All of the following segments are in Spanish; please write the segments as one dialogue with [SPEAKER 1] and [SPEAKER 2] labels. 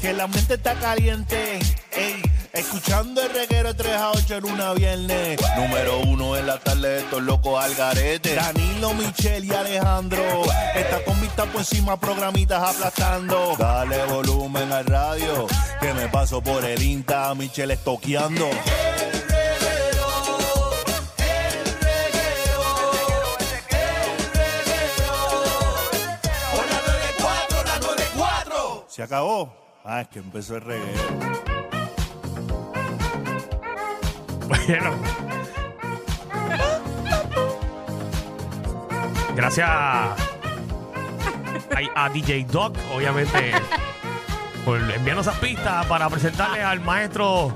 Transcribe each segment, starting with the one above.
[SPEAKER 1] que la mente está caliente. Ey, escuchando el reguero 3 a 8 en una viernes.
[SPEAKER 2] Número uno en la tarde de estos locos al garete.
[SPEAKER 1] Danilo, Michelle y Alejandro. Está con vista por encima, programitas aplastando.
[SPEAKER 2] Dale volumen al radio, que me paso por el Insta, Michelle estoqueando.
[SPEAKER 1] ¿Se acabó? Ah, es que empezó el reguero.
[SPEAKER 3] Bueno. Gracias a, a DJ Doc, obviamente, por enviarnos esas pistas para presentarles al maestro,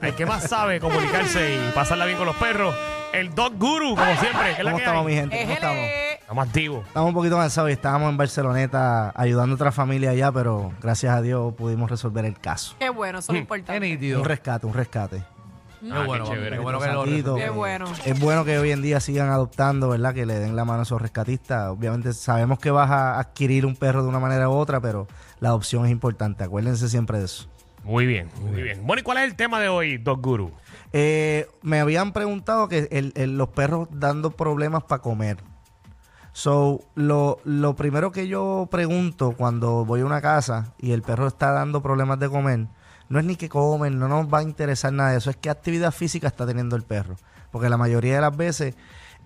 [SPEAKER 3] el que más sabe comunicarse y pasarla bien con los perros, el Doc Guru, como siempre. que es la
[SPEAKER 4] ¿Cómo
[SPEAKER 3] que
[SPEAKER 4] estamos,
[SPEAKER 3] hay.
[SPEAKER 4] mi gente? ¿Cómo estamos?
[SPEAKER 3] Estamos activos.
[SPEAKER 4] Estamos un poquito cansados y estábamos en Barceloneta ayudando a otra familia allá, pero gracias a Dios pudimos resolver el caso.
[SPEAKER 5] Qué bueno,
[SPEAKER 4] Hmm.
[SPEAKER 5] eso es lo
[SPEAKER 6] Qué
[SPEAKER 5] importante.
[SPEAKER 6] nítido.
[SPEAKER 4] Un rescate, un rescate.
[SPEAKER 6] Qué
[SPEAKER 3] Ah, qué
[SPEAKER 6] bueno,
[SPEAKER 3] chévere.
[SPEAKER 6] qué bueno que lo
[SPEAKER 4] Rescatito,
[SPEAKER 5] Qué
[SPEAKER 4] que
[SPEAKER 5] bueno.
[SPEAKER 4] Es bueno que hoy en día sigan adoptando, ¿verdad? Que le den la mano a esos rescatistas. Obviamente sabemos que vas a adquirir un perro de una manera u otra, pero la adopción es importante. Acuérdense siempre de eso.
[SPEAKER 3] Muy bien, muy bien. Bueno, ¿y cuál es el tema de hoy, Doc Guru?
[SPEAKER 4] Eh, me habían preguntado que el- el- los perros dando problemas para comer. So, lo, lo primero que yo pregunto cuando voy a una casa y el perro está dando problemas de comer, no es ni que comen, no nos va a interesar nada de eso, es qué actividad física está teniendo el perro. Porque la mayoría de las veces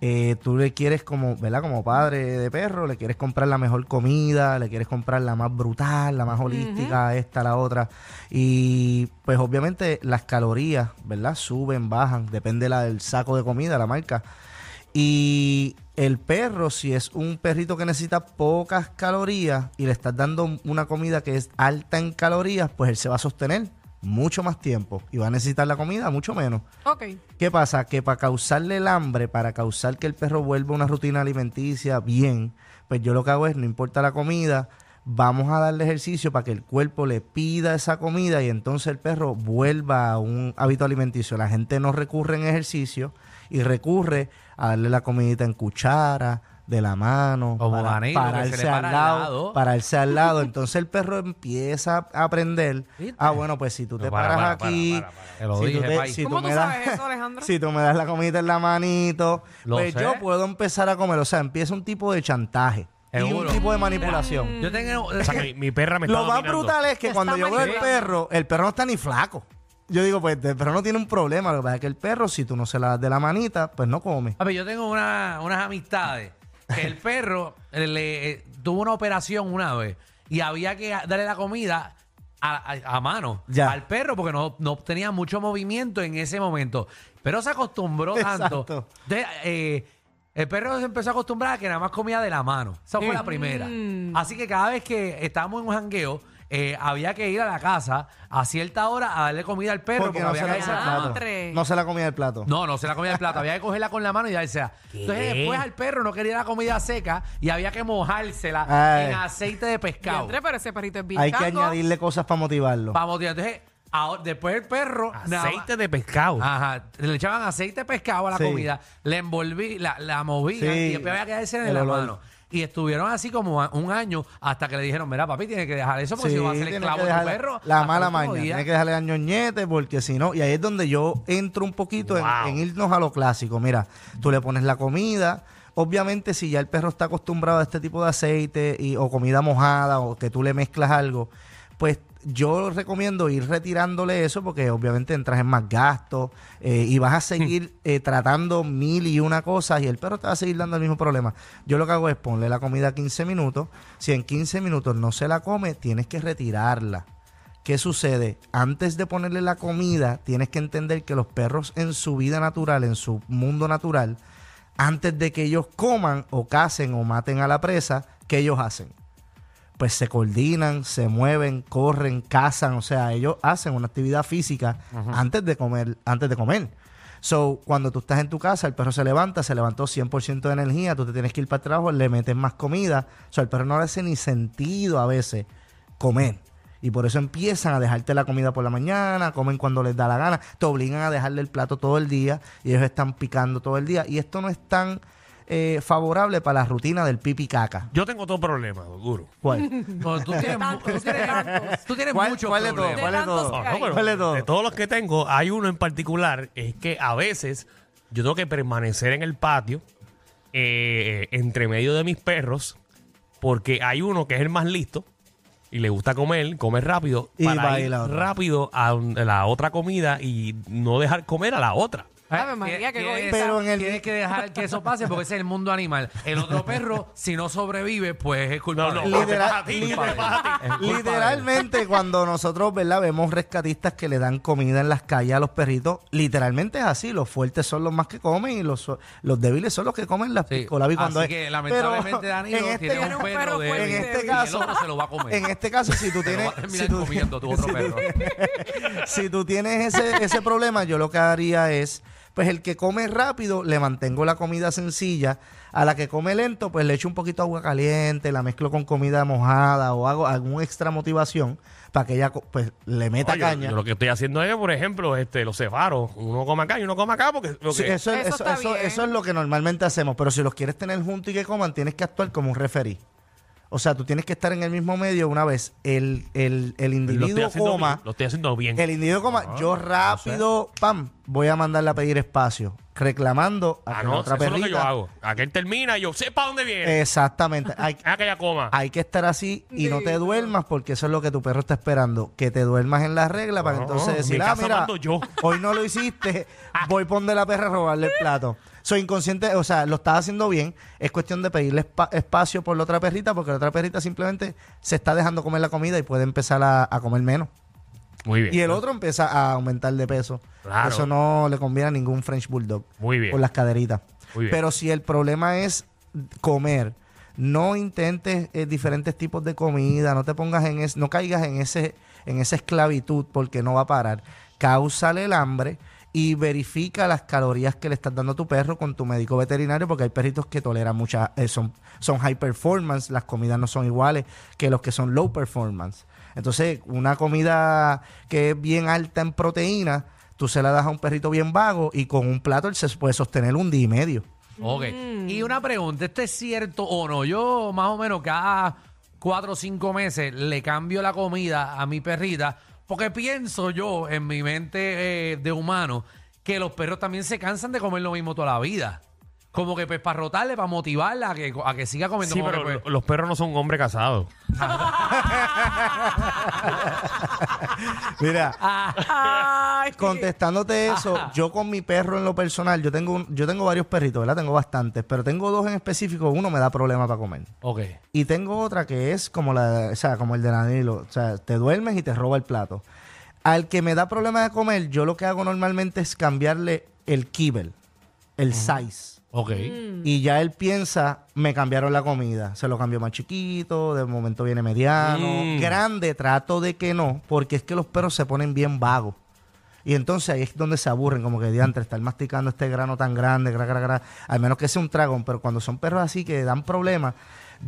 [SPEAKER 4] eh, tú le quieres como, ¿verdad? Como padre de perro, le quieres comprar la mejor comida, le quieres comprar la más brutal, la más holística, esta, la otra. Y pues obviamente las calorías, ¿verdad? Suben, bajan, depende la del saco de comida, la marca. Y el perro, si es un perrito que necesita pocas calorías y le estás dando una comida que es alta en calorías, pues él se va a sostener mucho más tiempo y va a necesitar la comida mucho menos.
[SPEAKER 5] Ok.
[SPEAKER 4] ¿Qué pasa? Que para causarle el hambre, para causar que el perro vuelva a una rutina alimenticia bien, pues yo lo que hago es, no importa la comida, vamos a darle ejercicio para que el cuerpo le pida esa comida y entonces el perro vuelva a un hábito alimenticio. La gente no recurre en ejercicio y recurre a darle la comidita en cuchara, de la mano,
[SPEAKER 6] Como Danilo, que
[SPEAKER 4] pararse
[SPEAKER 6] se le para al lado.
[SPEAKER 4] pararse al lado. Entonces el perro empieza a aprender.
[SPEAKER 6] ¿Viste?
[SPEAKER 4] Ah, bueno, pues si tú
[SPEAKER 3] No,
[SPEAKER 4] te
[SPEAKER 3] para,
[SPEAKER 4] paras
[SPEAKER 3] para, para,
[SPEAKER 4] aquí,
[SPEAKER 3] para, para.
[SPEAKER 6] Te lo
[SPEAKER 4] si tú
[SPEAKER 6] dije,
[SPEAKER 4] te-
[SPEAKER 6] pai.
[SPEAKER 4] si
[SPEAKER 5] ¿Cómo
[SPEAKER 4] tú
[SPEAKER 5] tú
[SPEAKER 4] me
[SPEAKER 5] sabes
[SPEAKER 4] das-
[SPEAKER 5] eso, Alejandro?
[SPEAKER 4] si tú me das la comida en la manito,
[SPEAKER 6] Lo
[SPEAKER 4] pues
[SPEAKER 6] sé.
[SPEAKER 4] yo puedo empezar a comer. O sea, empieza un tipo de chantaje y un
[SPEAKER 6] Seguro.
[SPEAKER 4] tipo de manipulación.
[SPEAKER 6] Yo tengo.
[SPEAKER 3] O sea, que mi, mi perra me está
[SPEAKER 4] Lo más
[SPEAKER 3] dominando.
[SPEAKER 4] brutal es que
[SPEAKER 5] Mm. Está
[SPEAKER 4] cuando yo veo el
[SPEAKER 5] manipulando.
[SPEAKER 4] perro, el perro no está ni flaco. Yo digo, pues, el perro no tiene un problema. Lo que pasa es que el perro, si tú no se la das de la manita, pues no come.
[SPEAKER 6] Papi, yo tengo una- unas amistades. Que el perro eh, le, eh, tuvo una operación una vez y había que darle la comida a, a- a mano
[SPEAKER 4] Ya.
[SPEAKER 6] al perro porque no, no tenía mucho movimiento en ese momento. Pero se acostumbró
[SPEAKER 4] Exacto.
[SPEAKER 6] tanto. Entonces, eh, el perro se empezó a acostumbrar a que nada más comía de la mano. Esa fue
[SPEAKER 3] Mm.
[SPEAKER 6] la primera. Así que cada vez que estábamos en un jangueo, eh, había que ir a la casa a cierta hora a darle comida al perro
[SPEAKER 4] Porque
[SPEAKER 6] porque,
[SPEAKER 4] no se, la
[SPEAKER 6] había que
[SPEAKER 4] hizo
[SPEAKER 6] darle
[SPEAKER 4] el
[SPEAKER 6] la
[SPEAKER 5] comía
[SPEAKER 6] mano.
[SPEAKER 4] plato.
[SPEAKER 5] madre.
[SPEAKER 4] no se la comía el plato.
[SPEAKER 6] No, no se la comía el plato. Había que cogerla con la mano y dársela. Entonces, después al perro no quería la comida seca y había que mojársela
[SPEAKER 4] Ay.
[SPEAKER 6] en aceite de pescado.
[SPEAKER 5] Diantre, pero ese perrito es bien
[SPEAKER 4] Hay que
[SPEAKER 5] chango.
[SPEAKER 4] añadirle cosas para motivarlo.
[SPEAKER 6] Vamos, tío. Entonces, ahora- después el perro. nada más-
[SPEAKER 3] Aceite de pescado.
[SPEAKER 4] Ah.
[SPEAKER 6] Ajá, le echaban aceite de pescado a la
[SPEAKER 4] Sí.
[SPEAKER 6] comida, le envolví, la, la movían
[SPEAKER 4] Sí,
[SPEAKER 6] y después había que dársela
[SPEAKER 4] el
[SPEAKER 6] en la
[SPEAKER 4] olor.
[SPEAKER 6] mano. Y estuvieron así como a- un año hasta que le dijeron, mira papi, tienes que dejar eso porque
[SPEAKER 4] Sí,
[SPEAKER 6] pues, si no va a ser
[SPEAKER 4] tiene
[SPEAKER 6] esclavo
[SPEAKER 4] que
[SPEAKER 6] de tu
[SPEAKER 4] dejar
[SPEAKER 6] perro. hasta
[SPEAKER 4] La
[SPEAKER 6] el
[SPEAKER 4] mala
[SPEAKER 6] último
[SPEAKER 4] maña.
[SPEAKER 6] día".
[SPEAKER 4] Tiene que dejarle al ñoñete porque si no. Y ahí es donde yo entro un poquito en-
[SPEAKER 3] Wow.
[SPEAKER 4] en, irnos a lo clásico. Mira, tú le pones la comida. Obviamente, si ya el perro está acostumbrado a este tipo de aceite y, o comida mojada o que tú le mezclas algo, pues yo recomiendo ir retirándole eso porque obviamente entras en más gastos eh, y vas a seguir eh, tratando mil y una cosas y el perro te va a seguir dando el mismo problema. Yo lo que hago es ponle la comida 15 minutos. Si en 15 minutos no se la come, tienes que retirarla. ¿Qué sucede? Antes de ponerle la comida, tienes que entender que los perros en su vida natural, en su mundo natural, antes de que ellos coman o cacen o maten a la presa, ¿qué ellos hacen? Pues se coordinan, se mueven, corren, cazan, o sea, ellos hacen una actividad física antes de comer, antes de comer. So, cuando tú estás en tu casa, el perro se levanta, se levantó 100% de energía, tú te tienes que ir para el trabajo, le metes más comida. O sea, el perro no le hace ni sentido a veces comer. Y por eso empiezan a dejarte la comida por la mañana, comen cuando les da la gana, te obligan a dejarle el plato todo el día y ellos están picando todo el día. Y esto no es tan eh, favorable para la rutina del pipi caca.
[SPEAKER 3] Yo tengo otro problema, duro.
[SPEAKER 4] ¿Cuál?
[SPEAKER 6] No, tú tienes, mu- tú tienes, tú tienes
[SPEAKER 5] ¿Cuál-
[SPEAKER 6] muchos
[SPEAKER 5] cuál de todos?
[SPEAKER 6] problemas.
[SPEAKER 5] ¿Cuál es
[SPEAKER 7] tantos
[SPEAKER 5] todo?
[SPEAKER 7] que hay.
[SPEAKER 3] pero
[SPEAKER 4] ¿Cuál de todos?
[SPEAKER 3] de todos los que tengo, hay uno en particular, es que a veces yo tengo que permanecer en el patio eh, entre medio de mis perros, porque hay uno que es el más listo y le gusta comer, comer rápido,
[SPEAKER 4] Y
[SPEAKER 3] para
[SPEAKER 4] va
[SPEAKER 3] ir
[SPEAKER 4] y la otra.
[SPEAKER 3] rápido a un- a la otra comida y no dejar comer a la otra.
[SPEAKER 6] Ah,
[SPEAKER 7] Ave María, qué
[SPEAKER 6] Tienes-
[SPEAKER 7] egoísta.
[SPEAKER 4] Pero en el-
[SPEAKER 6] Tienes que dejar que eso pase porque ese es el mundo animal. El otro perro, si no sobrevive, pues es culpa
[SPEAKER 3] No, no,
[SPEAKER 6] de él.
[SPEAKER 3] Literal- pasa a ti,
[SPEAKER 6] Culpa
[SPEAKER 3] te
[SPEAKER 6] de él.
[SPEAKER 3] pasa a ti.
[SPEAKER 6] Es culpa de él.
[SPEAKER 4] Literalmente, cuando nosotros ¿verdad? vemos rescatistas que le dan comida en las calles a los perritos, literalmente es así. Los fuertes son los más que comen y los, los débiles son los que comen las
[SPEAKER 6] Sí.
[SPEAKER 4] piscolabi cuando
[SPEAKER 6] Así
[SPEAKER 4] es-
[SPEAKER 6] que
[SPEAKER 4] Pero
[SPEAKER 6] lamentablemente Danilo
[SPEAKER 4] en este,
[SPEAKER 6] tiene un perro
[SPEAKER 7] en
[SPEAKER 6] débil,
[SPEAKER 4] este
[SPEAKER 6] y
[SPEAKER 4] caso-
[SPEAKER 6] el otro se lo va a comer.
[SPEAKER 4] en este caso, si tú
[SPEAKER 6] se lo
[SPEAKER 4] tienes.
[SPEAKER 6] va a terminar
[SPEAKER 4] si tú-
[SPEAKER 6] comiendo tu otro perro.
[SPEAKER 4] si tú tienes ese, ese problema, yo lo que haría es, pues el que come rápido, le mantengo la comida sencilla. A la que come lento, pues le echo un poquito de agua caliente, la mezclo con comida mojada o hago alguna extra motivación para que ella co- pues, le meta
[SPEAKER 3] No, yo-
[SPEAKER 4] caña.
[SPEAKER 3] yo lo que estoy haciendo es, por ejemplo, este, los cefaros. Uno come acá y uno come acá porque... lo
[SPEAKER 4] Sí,
[SPEAKER 3] que-
[SPEAKER 4] eso,
[SPEAKER 7] Eso
[SPEAKER 4] eso-
[SPEAKER 7] está
[SPEAKER 4] eso-
[SPEAKER 7] bien.
[SPEAKER 4] eso es lo que normalmente hacemos, pero si los quieres tener juntos y que coman, tienes que actuar como un referí. O sea, tú tienes que estar en el mismo medio una vez el, el, el
[SPEAKER 3] lo, estoy
[SPEAKER 4] individuo
[SPEAKER 3] haciendo
[SPEAKER 4] coma.
[SPEAKER 3] bien, lo estoy haciendo bien.
[SPEAKER 4] El individuo coma,
[SPEAKER 3] Ah,
[SPEAKER 4] yo rápido, pam, voy a mandarle a pedir espacio, reclamando
[SPEAKER 3] Ah,
[SPEAKER 4] a que la
[SPEAKER 3] no, eso
[SPEAKER 4] otra
[SPEAKER 3] es lo
[SPEAKER 4] perrita.
[SPEAKER 3] que
[SPEAKER 4] Eh,
[SPEAKER 3] yo hago. Aquel termina y yo, sepa dónde viene.
[SPEAKER 4] Exactamente. Hay,
[SPEAKER 3] Ah, que ya coma.
[SPEAKER 4] hay que estar así y no te duermas porque eso es lo que tu perro está esperando, que te duermas en la regla para
[SPEAKER 3] No,
[SPEAKER 4] entonces
[SPEAKER 3] en mi
[SPEAKER 4] decir, ah,
[SPEAKER 3] casa
[SPEAKER 4] mira,
[SPEAKER 3] mando yo".
[SPEAKER 4] hoy no lo hiciste, voy a poner la perra a robarle el plato. Soy inconsciente, o sea, lo estás haciendo bien, es cuestión de pedirle espa- espacio por la otra perrita porque la otra perrita simplemente se está dejando comer la comida y puede empezar a- a comer menos.
[SPEAKER 3] Muy bien.
[SPEAKER 4] Y el otro empieza a aumentar de peso.
[SPEAKER 3] Claro.
[SPEAKER 4] Eso no le conviene a ningún French Bulldog.
[SPEAKER 3] Muy bien.
[SPEAKER 4] Por las caderitas.
[SPEAKER 3] Muy bien.
[SPEAKER 4] Pero si el problema es comer, no intentes eh, diferentes tipos de comida, no te pongas en es, no caigas en ese, en esa esclavitud porque no va a parar. Cáusale el hambre y verifica las calorías que le estás dando a tu perro con tu médico veterinario porque hay perritos que toleran muchas, eh, son, son high performance, las comidas no son iguales que los que son low performance. Entonces, una comida que es bien alta en proteína, tú se la das a un perrito bien vago y con un plato él se puede sostener un día y medio.
[SPEAKER 6] Ok. Y una pregunta, ¿esto es cierto o no? Yo más o menos cada cuatro o cinco meses le cambio la comida a mi perrita porque pienso yo en mi mente eh, de humano que los perros también se cansan de comer lo mismo toda la vida. Como que pues para rotarle, para motivarla a que, a que siga comiendo.
[SPEAKER 3] Sí,
[SPEAKER 6] como
[SPEAKER 3] pero
[SPEAKER 6] que,
[SPEAKER 3] lo-
[SPEAKER 6] pues,
[SPEAKER 3] los perros no son hombres casados.
[SPEAKER 4] Mira,
[SPEAKER 7] Ay,
[SPEAKER 4] contestándote eso, yo con mi perro en lo personal, yo tengo un- yo tengo varios perritos, ¿verdad? Tengo bastantes, pero tengo dos en específico, uno me da problema para comer.
[SPEAKER 6] Ok.
[SPEAKER 4] Y tengo otra que es como la, o sea, como el de Danilo, o sea, te duermes y te roba el plato. Al que me da problema de comer, yo lo que hago normalmente es cambiarle el kibble, el size.
[SPEAKER 6] Ok.
[SPEAKER 3] Mm.
[SPEAKER 4] Y ya él piensa, me cambiaron la comida. Se lo cambió más chiquito, de momento viene mediano.
[SPEAKER 3] Mm.
[SPEAKER 4] Grande, trato de que no, porque es que los perros se ponen bien vagos. Y entonces ahí es donde se aburren, como que diantre, estar masticando este grano tan grande, gra, gra, gra. al menos que sea un dragón, pero cuando son perros así que dan problemas,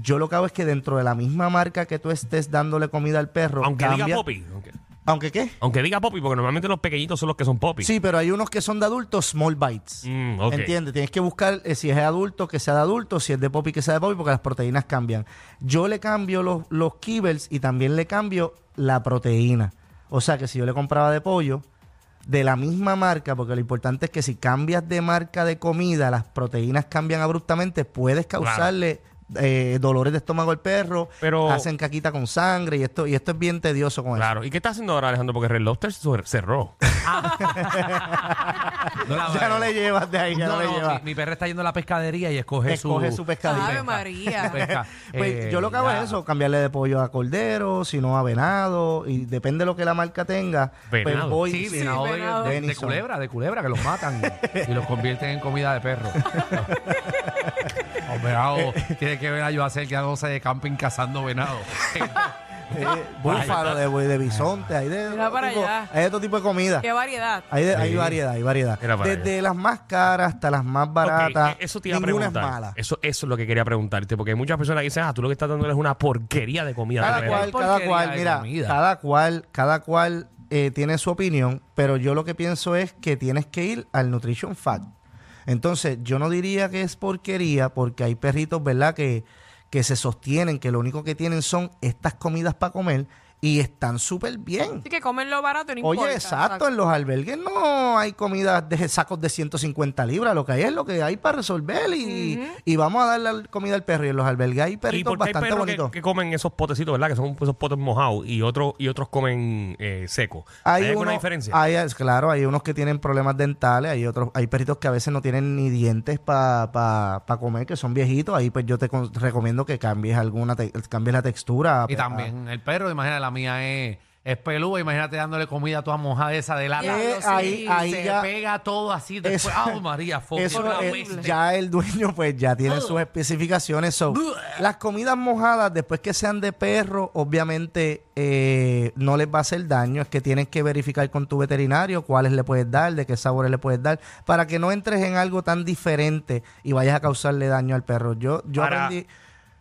[SPEAKER 4] yo lo que hago es que dentro de la misma marca que tú estés dándole comida al perro,
[SPEAKER 3] Aunque diga
[SPEAKER 4] cambia-
[SPEAKER 3] Poppy. Aunque,
[SPEAKER 4] ¿Aunque qué?
[SPEAKER 3] aunque diga Poppy, porque normalmente los pequeñitos son los que son Poppy.
[SPEAKER 4] Sí, pero hay unos que son de adultos, small bites.
[SPEAKER 3] Mm, ok.
[SPEAKER 4] ¿Entiendes? Tienes que buscar eh, si es de adulto, que sea de adulto, si es de popi, que sea de popi, porque las proteínas cambian. Yo le cambio los, los kibbles y también le cambio la proteína. O sea que si yo le compraba de pollo, de la misma marca, porque lo importante es que si cambias de marca de comida, las proteínas cambian abruptamente, puedes causarle eh, dolores de estómago al perro,
[SPEAKER 3] Pero-
[SPEAKER 4] hacen caquita con sangre y esto, y esto es bien tedioso con eso.
[SPEAKER 3] Claro. ¿Y qué está haciendo ahora, Alejandro? Porque Red Lobster cer- cerró.
[SPEAKER 6] No la-
[SPEAKER 4] Ya no le llevas de ahí, ya no,
[SPEAKER 6] No,
[SPEAKER 4] le
[SPEAKER 6] no,
[SPEAKER 4] llevas.
[SPEAKER 6] mi, mi perra está yendo a la pescadería y escoge,
[SPEAKER 4] Escoge su pescadilla.
[SPEAKER 7] Ave María.
[SPEAKER 6] Pesca.
[SPEAKER 4] Pues
[SPEAKER 6] Eh,
[SPEAKER 4] yo lo que hago
[SPEAKER 6] ya.
[SPEAKER 4] es eso, cambiarle de pollo a cordero, si no a venado, y depende de lo que la marca tenga.
[SPEAKER 3] Venado.
[SPEAKER 4] Pues voy,
[SPEAKER 6] Sí,
[SPEAKER 4] sí,
[SPEAKER 6] venado de-
[SPEAKER 7] venado.
[SPEAKER 6] de, de
[SPEAKER 4] Denison.
[SPEAKER 6] culebra, de culebra, que los matan y los convierten en comida de perro. Los venados, tiene que ver a yo hacer que hago de camping cazando venado.
[SPEAKER 4] eh, búfalo, de, buey, de bisonte, hay de
[SPEAKER 7] Ah. Mira para
[SPEAKER 4] tipo-
[SPEAKER 7] allá.
[SPEAKER 4] hay de todo tipo de comida.
[SPEAKER 7] Qué variedad.
[SPEAKER 4] Hay, de- hay variedad, hay variedad.
[SPEAKER 3] Mira para
[SPEAKER 4] Desde las más caras hasta las más baratas.
[SPEAKER 3] Ok, eh, eso te iba a
[SPEAKER 4] ninguna es
[SPEAKER 3] preguntar.
[SPEAKER 4] mala.
[SPEAKER 3] Eso, eso es lo que quería preguntarte. Porque hay muchas personas que dicen, ah, tú lo que estás dándole es una porquería de comida.
[SPEAKER 4] Cada
[SPEAKER 3] Pero-
[SPEAKER 4] cual, cada
[SPEAKER 6] porquería
[SPEAKER 4] cual,
[SPEAKER 6] de
[SPEAKER 4] mira,
[SPEAKER 6] comida.
[SPEAKER 4] cada cual, cada cual eh, tiene su opinión, pero yo lo que pienso es que tienes que ir al Nutrition Fact. Entonces, yo no diría que es porquería, porque hay perritos, ¿verdad?, que, que se sostienen, que lo único que tienen son estas comidas para comer y están súper bien.
[SPEAKER 7] Así que comen lo barato y no importa.
[SPEAKER 4] Oye, exacto, en los albergues no hay comidas de sacos de 150 libras, lo que hay es lo que hay para resolver y, y vamos a darle al- comida al perro. Y en los albergues hay
[SPEAKER 3] ¿Y
[SPEAKER 4] perritos
[SPEAKER 3] por qué hay
[SPEAKER 4] bastante
[SPEAKER 3] perros
[SPEAKER 4] bonitos.
[SPEAKER 3] que, que comen esos potecitos, verdad? Que son esos potes mojados y, otros y otros comen eh, seco. ¿Hay, alguna
[SPEAKER 4] uno-
[SPEAKER 3] diferencia?
[SPEAKER 4] hay- es- claro, hay unos que tienen problemas dentales, hay otros, hay perritos que a veces no tienen ni dientes para comer, que son viejitos. Ahí pues yo te con- recomiendo que cambies alguna, te- cambies la textura.
[SPEAKER 6] Y también el perro, imagínate, la mía es, es pelúa, imagínate dándole comida a toda mojada esa de lata.
[SPEAKER 4] Eh,
[SPEAKER 7] Diablo,
[SPEAKER 4] ahí-
[SPEAKER 7] sí.
[SPEAKER 4] ahí
[SPEAKER 6] se
[SPEAKER 4] ya-
[SPEAKER 6] pega todo así
[SPEAKER 4] Eso-
[SPEAKER 6] después. ¡Ah, María! Fue
[SPEAKER 4] Eso
[SPEAKER 6] la
[SPEAKER 4] es-
[SPEAKER 6] peste.
[SPEAKER 4] ya el dueño pues ya tiene sus especificaciones. So, las comidas mojadas, después que sean de perro, obviamente eh, no les va a hacer daño. Es que tienes que verificar con tu veterinario cuáles le puedes dar, de qué sabores le puedes dar, para que no entres en algo tan diferente y vayas a causarle daño al perro. Yo, yo
[SPEAKER 3] Para-
[SPEAKER 4] aprendí...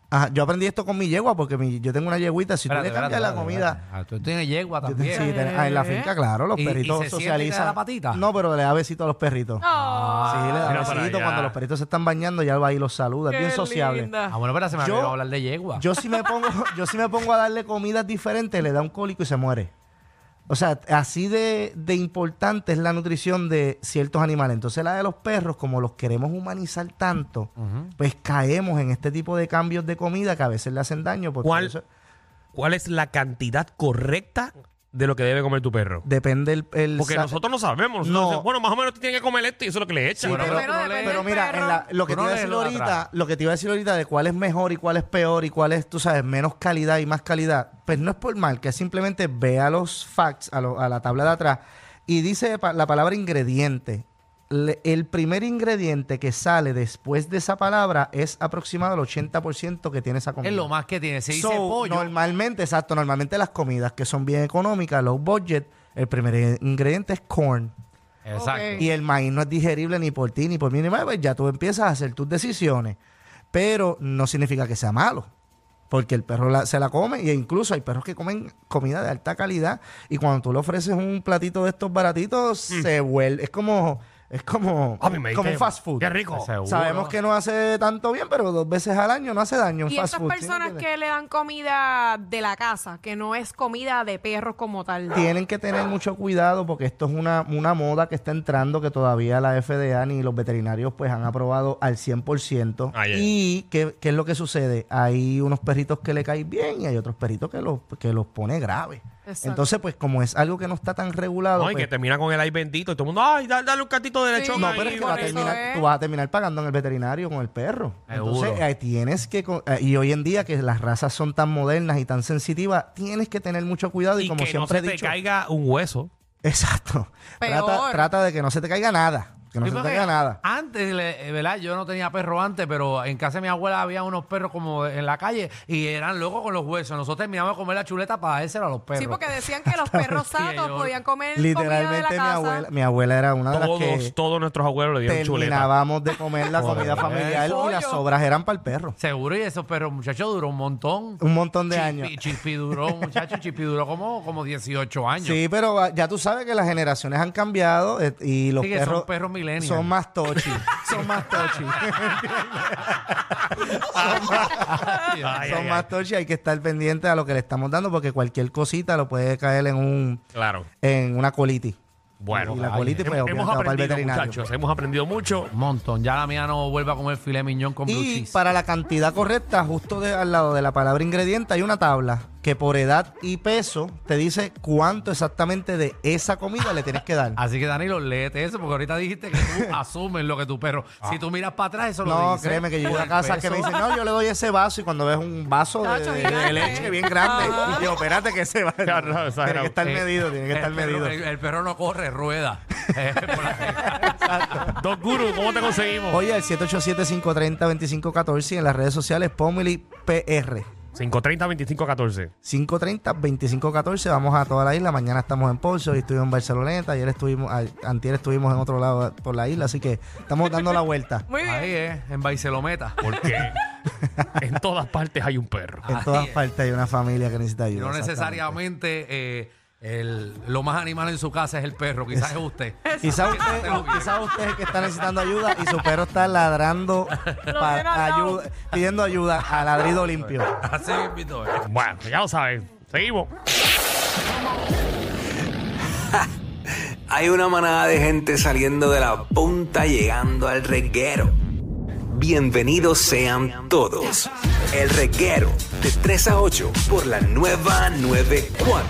[SPEAKER 4] ajá, yo aprendí esto con mi yegua porque mi- yo tengo una yeguita. Si
[SPEAKER 6] Espérate,
[SPEAKER 4] tú le cambias
[SPEAKER 6] espérate,
[SPEAKER 4] la comida,
[SPEAKER 6] espérate. Ah, tú tienes yegua
[SPEAKER 4] yo
[SPEAKER 6] también.
[SPEAKER 4] te- sí, ten- ah, en la finca, claro, los
[SPEAKER 6] ¿Y- y
[SPEAKER 4] perritos
[SPEAKER 6] se siente y te da
[SPEAKER 4] socializan.
[SPEAKER 6] la patita? Ah.
[SPEAKER 4] No, pero le da besito a los perritos.
[SPEAKER 7] Oh,
[SPEAKER 4] Sí, le da
[SPEAKER 3] mira para
[SPEAKER 4] besito.
[SPEAKER 3] allá.
[SPEAKER 4] Cuando los perritos se están bañando, ya va y los saluda. Es
[SPEAKER 7] qué
[SPEAKER 4] bien sociable.
[SPEAKER 7] linda.
[SPEAKER 6] Ah, bueno, pero se me
[SPEAKER 4] Yo-
[SPEAKER 6] olvidó hablar de yegua.
[SPEAKER 4] Yo si me pongo, yo si me pongo a darle comidas diferentes, le da un cólico y se muere. O sea, así de, de importante es la nutrición de ciertos animales. Entonces la de los perros, como los queremos humanizar tanto, pues caemos en este tipo de cambios de comida que a veces le hacen daño. porque
[SPEAKER 3] ¿Cuál?
[SPEAKER 4] eso-
[SPEAKER 3] ¿Cuál es la cantidad correcta de lo que debe comer tu perro?
[SPEAKER 4] depende el... el
[SPEAKER 3] Porque
[SPEAKER 4] sa-
[SPEAKER 3] nosotros no sabemos. Nosotros
[SPEAKER 4] No.
[SPEAKER 3] decimos, bueno, más o menos tú tienes que comer esto y eso es lo que le echan.
[SPEAKER 7] Bueno,
[SPEAKER 4] pero,
[SPEAKER 7] pero depende
[SPEAKER 4] pero
[SPEAKER 7] del
[SPEAKER 4] mira, en la- lo que
[SPEAKER 6] Tú
[SPEAKER 4] te
[SPEAKER 6] no
[SPEAKER 4] iba a
[SPEAKER 6] lees
[SPEAKER 4] decir
[SPEAKER 6] lo de
[SPEAKER 4] ahorita,
[SPEAKER 6] atrás.
[SPEAKER 4] lo que te iba a decir ahorita de cuál es mejor y cuál es peor y cuál es, tú sabes, menos calidad y más calidad, pues no es por mal, que simplemente ve a los facts, a, lo- a la tabla de atrás, y dice pa- la palabra ingrediente. Le- el primer ingrediente que sale después de esa palabra es aproximado el 80% que tiene esa comida.
[SPEAKER 6] es lo más que tiene. Se dice
[SPEAKER 4] So,
[SPEAKER 6] pollo.
[SPEAKER 4] Normalmente, exacto, normalmente las comidas que son bien económicas, low budget, el primer ingrediente es corn.
[SPEAKER 6] Exacto.
[SPEAKER 7] Ok.
[SPEAKER 4] Y el maíz no es digerible ni por ti ni por mí ni más, pues ya tú empiezas a hacer tus decisiones. Pero no significa que sea malo. Porque el perro la- se la come e incluso hay perros que comen comida de alta calidad y cuando tú le ofreces un platito de estos baratitos se vuelve es como es como
[SPEAKER 3] Ah, mi madre,
[SPEAKER 4] como
[SPEAKER 3] qué-
[SPEAKER 4] un fast food.
[SPEAKER 3] Qué rico.
[SPEAKER 6] Seguro.
[SPEAKER 4] Sabemos que no hace tanto bien, pero dos veces al año no hace daño un
[SPEAKER 7] Y
[SPEAKER 4] fast
[SPEAKER 7] esas
[SPEAKER 4] food. ¿sí me
[SPEAKER 7] personas
[SPEAKER 4] entiendes?
[SPEAKER 7] que le dan comida de la casa, que no es comida de perros como tal.
[SPEAKER 4] tienen que tener mucho cuidado porque esto es una, una moda que está entrando que todavía la FDA ni los veterinarios pues han aprobado al 100%.
[SPEAKER 3] Ah, ya, ya.
[SPEAKER 4] Y ¿qué, qué es lo que sucede? Hay unos perritos que le caen bien y hay otros perritos que los, que los pone grave.
[SPEAKER 7] Exacto.
[SPEAKER 4] Entonces pues como es algo que no está tan regulado...
[SPEAKER 3] No, y
[SPEAKER 4] pues,
[SPEAKER 3] que termina con el ay bendito y todo el mundo, ay, dale, dale un cantito de
[SPEAKER 7] Sí.
[SPEAKER 3] lechón.
[SPEAKER 4] no,
[SPEAKER 3] ahí, ¿eh?
[SPEAKER 4] pero es que
[SPEAKER 7] por
[SPEAKER 4] va a
[SPEAKER 3] vale".
[SPEAKER 7] eso
[SPEAKER 4] terminar,
[SPEAKER 7] es.
[SPEAKER 4] tú vas a terminar pagando en el veterinario con el perro.
[SPEAKER 6] Seguro.
[SPEAKER 4] Entonces, eh, tienes que. co- eh, y hoy en día, que las razas son tan modernas y tan sensitivas, tienes que tener mucho cuidado. Y,
[SPEAKER 3] y
[SPEAKER 4] como
[SPEAKER 3] que no se
[SPEAKER 4] siempre he
[SPEAKER 3] te
[SPEAKER 4] dicho.
[SPEAKER 3] caiga un hueso.
[SPEAKER 4] Exacto.
[SPEAKER 7] Peor.
[SPEAKER 4] Trata, trata de que no se te caiga nada. Que no
[SPEAKER 6] Sí,
[SPEAKER 4] se te
[SPEAKER 6] porque
[SPEAKER 4] caiga nada.
[SPEAKER 6] Antes, le- eh, ¿verdad? Yo no tenía perro antes, pero en casa de mi abuela había unos perros como en la calle y eran locos con los huesos. Nosotros terminábamos de comer la chuleta para dársela a los perros.
[SPEAKER 7] Sí, porque decían que los perros sanos
[SPEAKER 6] yo-
[SPEAKER 7] podían comer comida de la
[SPEAKER 4] Literalmente mi
[SPEAKER 7] casa.
[SPEAKER 4] abuela, mi abuela era una de las
[SPEAKER 3] Todos,
[SPEAKER 4] que
[SPEAKER 3] todos nuestros abuelos le dieron chuleta.
[SPEAKER 4] terminábamos de comer la comida
[SPEAKER 6] Joder.
[SPEAKER 4] familiar y las sobras eran para el perro.
[SPEAKER 6] Seguro, y esos perros, muchachos, duró un montón.
[SPEAKER 4] Un montón de
[SPEAKER 6] Chispi-
[SPEAKER 4] años.
[SPEAKER 6] Chispi duró, muchacho, Chispi duró como, como 18 años.
[SPEAKER 4] Sí, pero ah, ya tú sabes que las generaciones han cambiado eh, y los
[SPEAKER 6] Sí, que son
[SPEAKER 4] perros,
[SPEAKER 6] perros millennials.
[SPEAKER 4] son más tochi. son más tochi.
[SPEAKER 6] Ay, ay,
[SPEAKER 4] son
[SPEAKER 3] ay.
[SPEAKER 4] más tochi. Hay que estar pendiente a lo que le estamos dando porque cualquier cosita lo puede caer en un
[SPEAKER 3] Claro.
[SPEAKER 4] en una colitis.
[SPEAKER 3] Bueno.
[SPEAKER 4] Y la colitis, pues,
[SPEAKER 3] Hemos- hemos
[SPEAKER 4] obviamente, va para el
[SPEAKER 3] aprendido,
[SPEAKER 4] veterinario.
[SPEAKER 3] muchachos. Hemos aprendido mucho.
[SPEAKER 6] Un montón. Ya la mía no vuelve a comer filé miñón con blue
[SPEAKER 4] Y
[SPEAKER 6] cheese.
[SPEAKER 4] para la cantidad correcta, justo de- al lado de la palabra ingrediente, hay una tabla que por edad y peso te dice cuánto exactamente de esa comida le tienes que dar.
[SPEAKER 6] Así que, Danilo, léete eso, porque ahorita dijiste que tú asumes lo que tu perro. Si tú miras para atrás, eso lo
[SPEAKER 4] Ah. No,
[SPEAKER 6] dice.
[SPEAKER 4] créeme que yo llego a
[SPEAKER 6] El
[SPEAKER 4] casa que me
[SPEAKER 6] peso.
[SPEAKER 4] dicen, no, yo le doy ese vaso y cuando ves un vaso de,
[SPEAKER 7] Tacho,
[SPEAKER 4] de-
[SPEAKER 7] gigante.
[SPEAKER 4] de leche bien grande,
[SPEAKER 7] Ajá.
[SPEAKER 4] digo, espérate que ese va.
[SPEAKER 3] Claro, no,
[SPEAKER 4] tiene
[SPEAKER 3] exagerado.
[SPEAKER 4] que estar
[SPEAKER 6] Eh,
[SPEAKER 4] medido, tiene que
[SPEAKER 6] el
[SPEAKER 4] estar
[SPEAKER 6] perro-
[SPEAKER 4] medido.
[SPEAKER 6] El, el perro no corre, rueda. Eh, por la-
[SPEAKER 3] Doc Guru, ¿cómo te conseguimos?
[SPEAKER 4] Oye, el 787-530-2514 y en las redes sociales, Pomily PR.
[SPEAKER 3] 530-2514.
[SPEAKER 4] 5.30-25.14, vamos a toda la isla. Mañana estamos en Ponce, hoy estuvimos en Barceloneta, ayer estuvimos, a- antier estuvimos en otro lado por la isla, así que estamos dando la vuelta
[SPEAKER 7] Muy bien.
[SPEAKER 6] Ahí es, en Baicelometa.
[SPEAKER 3] Porque en todas partes hay un perro.
[SPEAKER 4] en todas partes hay una familia que necesita
[SPEAKER 6] Y
[SPEAKER 4] ayuda.
[SPEAKER 6] no
[SPEAKER 4] exactamente.
[SPEAKER 6] necesariamente eh, el- lo más animal en su casa es el perro, quizás es usted.
[SPEAKER 4] Quizá usted, quizá usted es el que está necesitando ayuda y su perro está ladrando, pa-
[SPEAKER 7] tiene al lado.
[SPEAKER 4] ayuda- pidiendo ayuda a ladrido limpio.
[SPEAKER 6] Así mismo es.
[SPEAKER 3] Bueno, ya lo saben. Seguimos.
[SPEAKER 5] Hay una manada de gente saliendo de la punta llegando al reguero. Bienvenidos sean todos. El reguero de 3 a 8 por la nueva 94.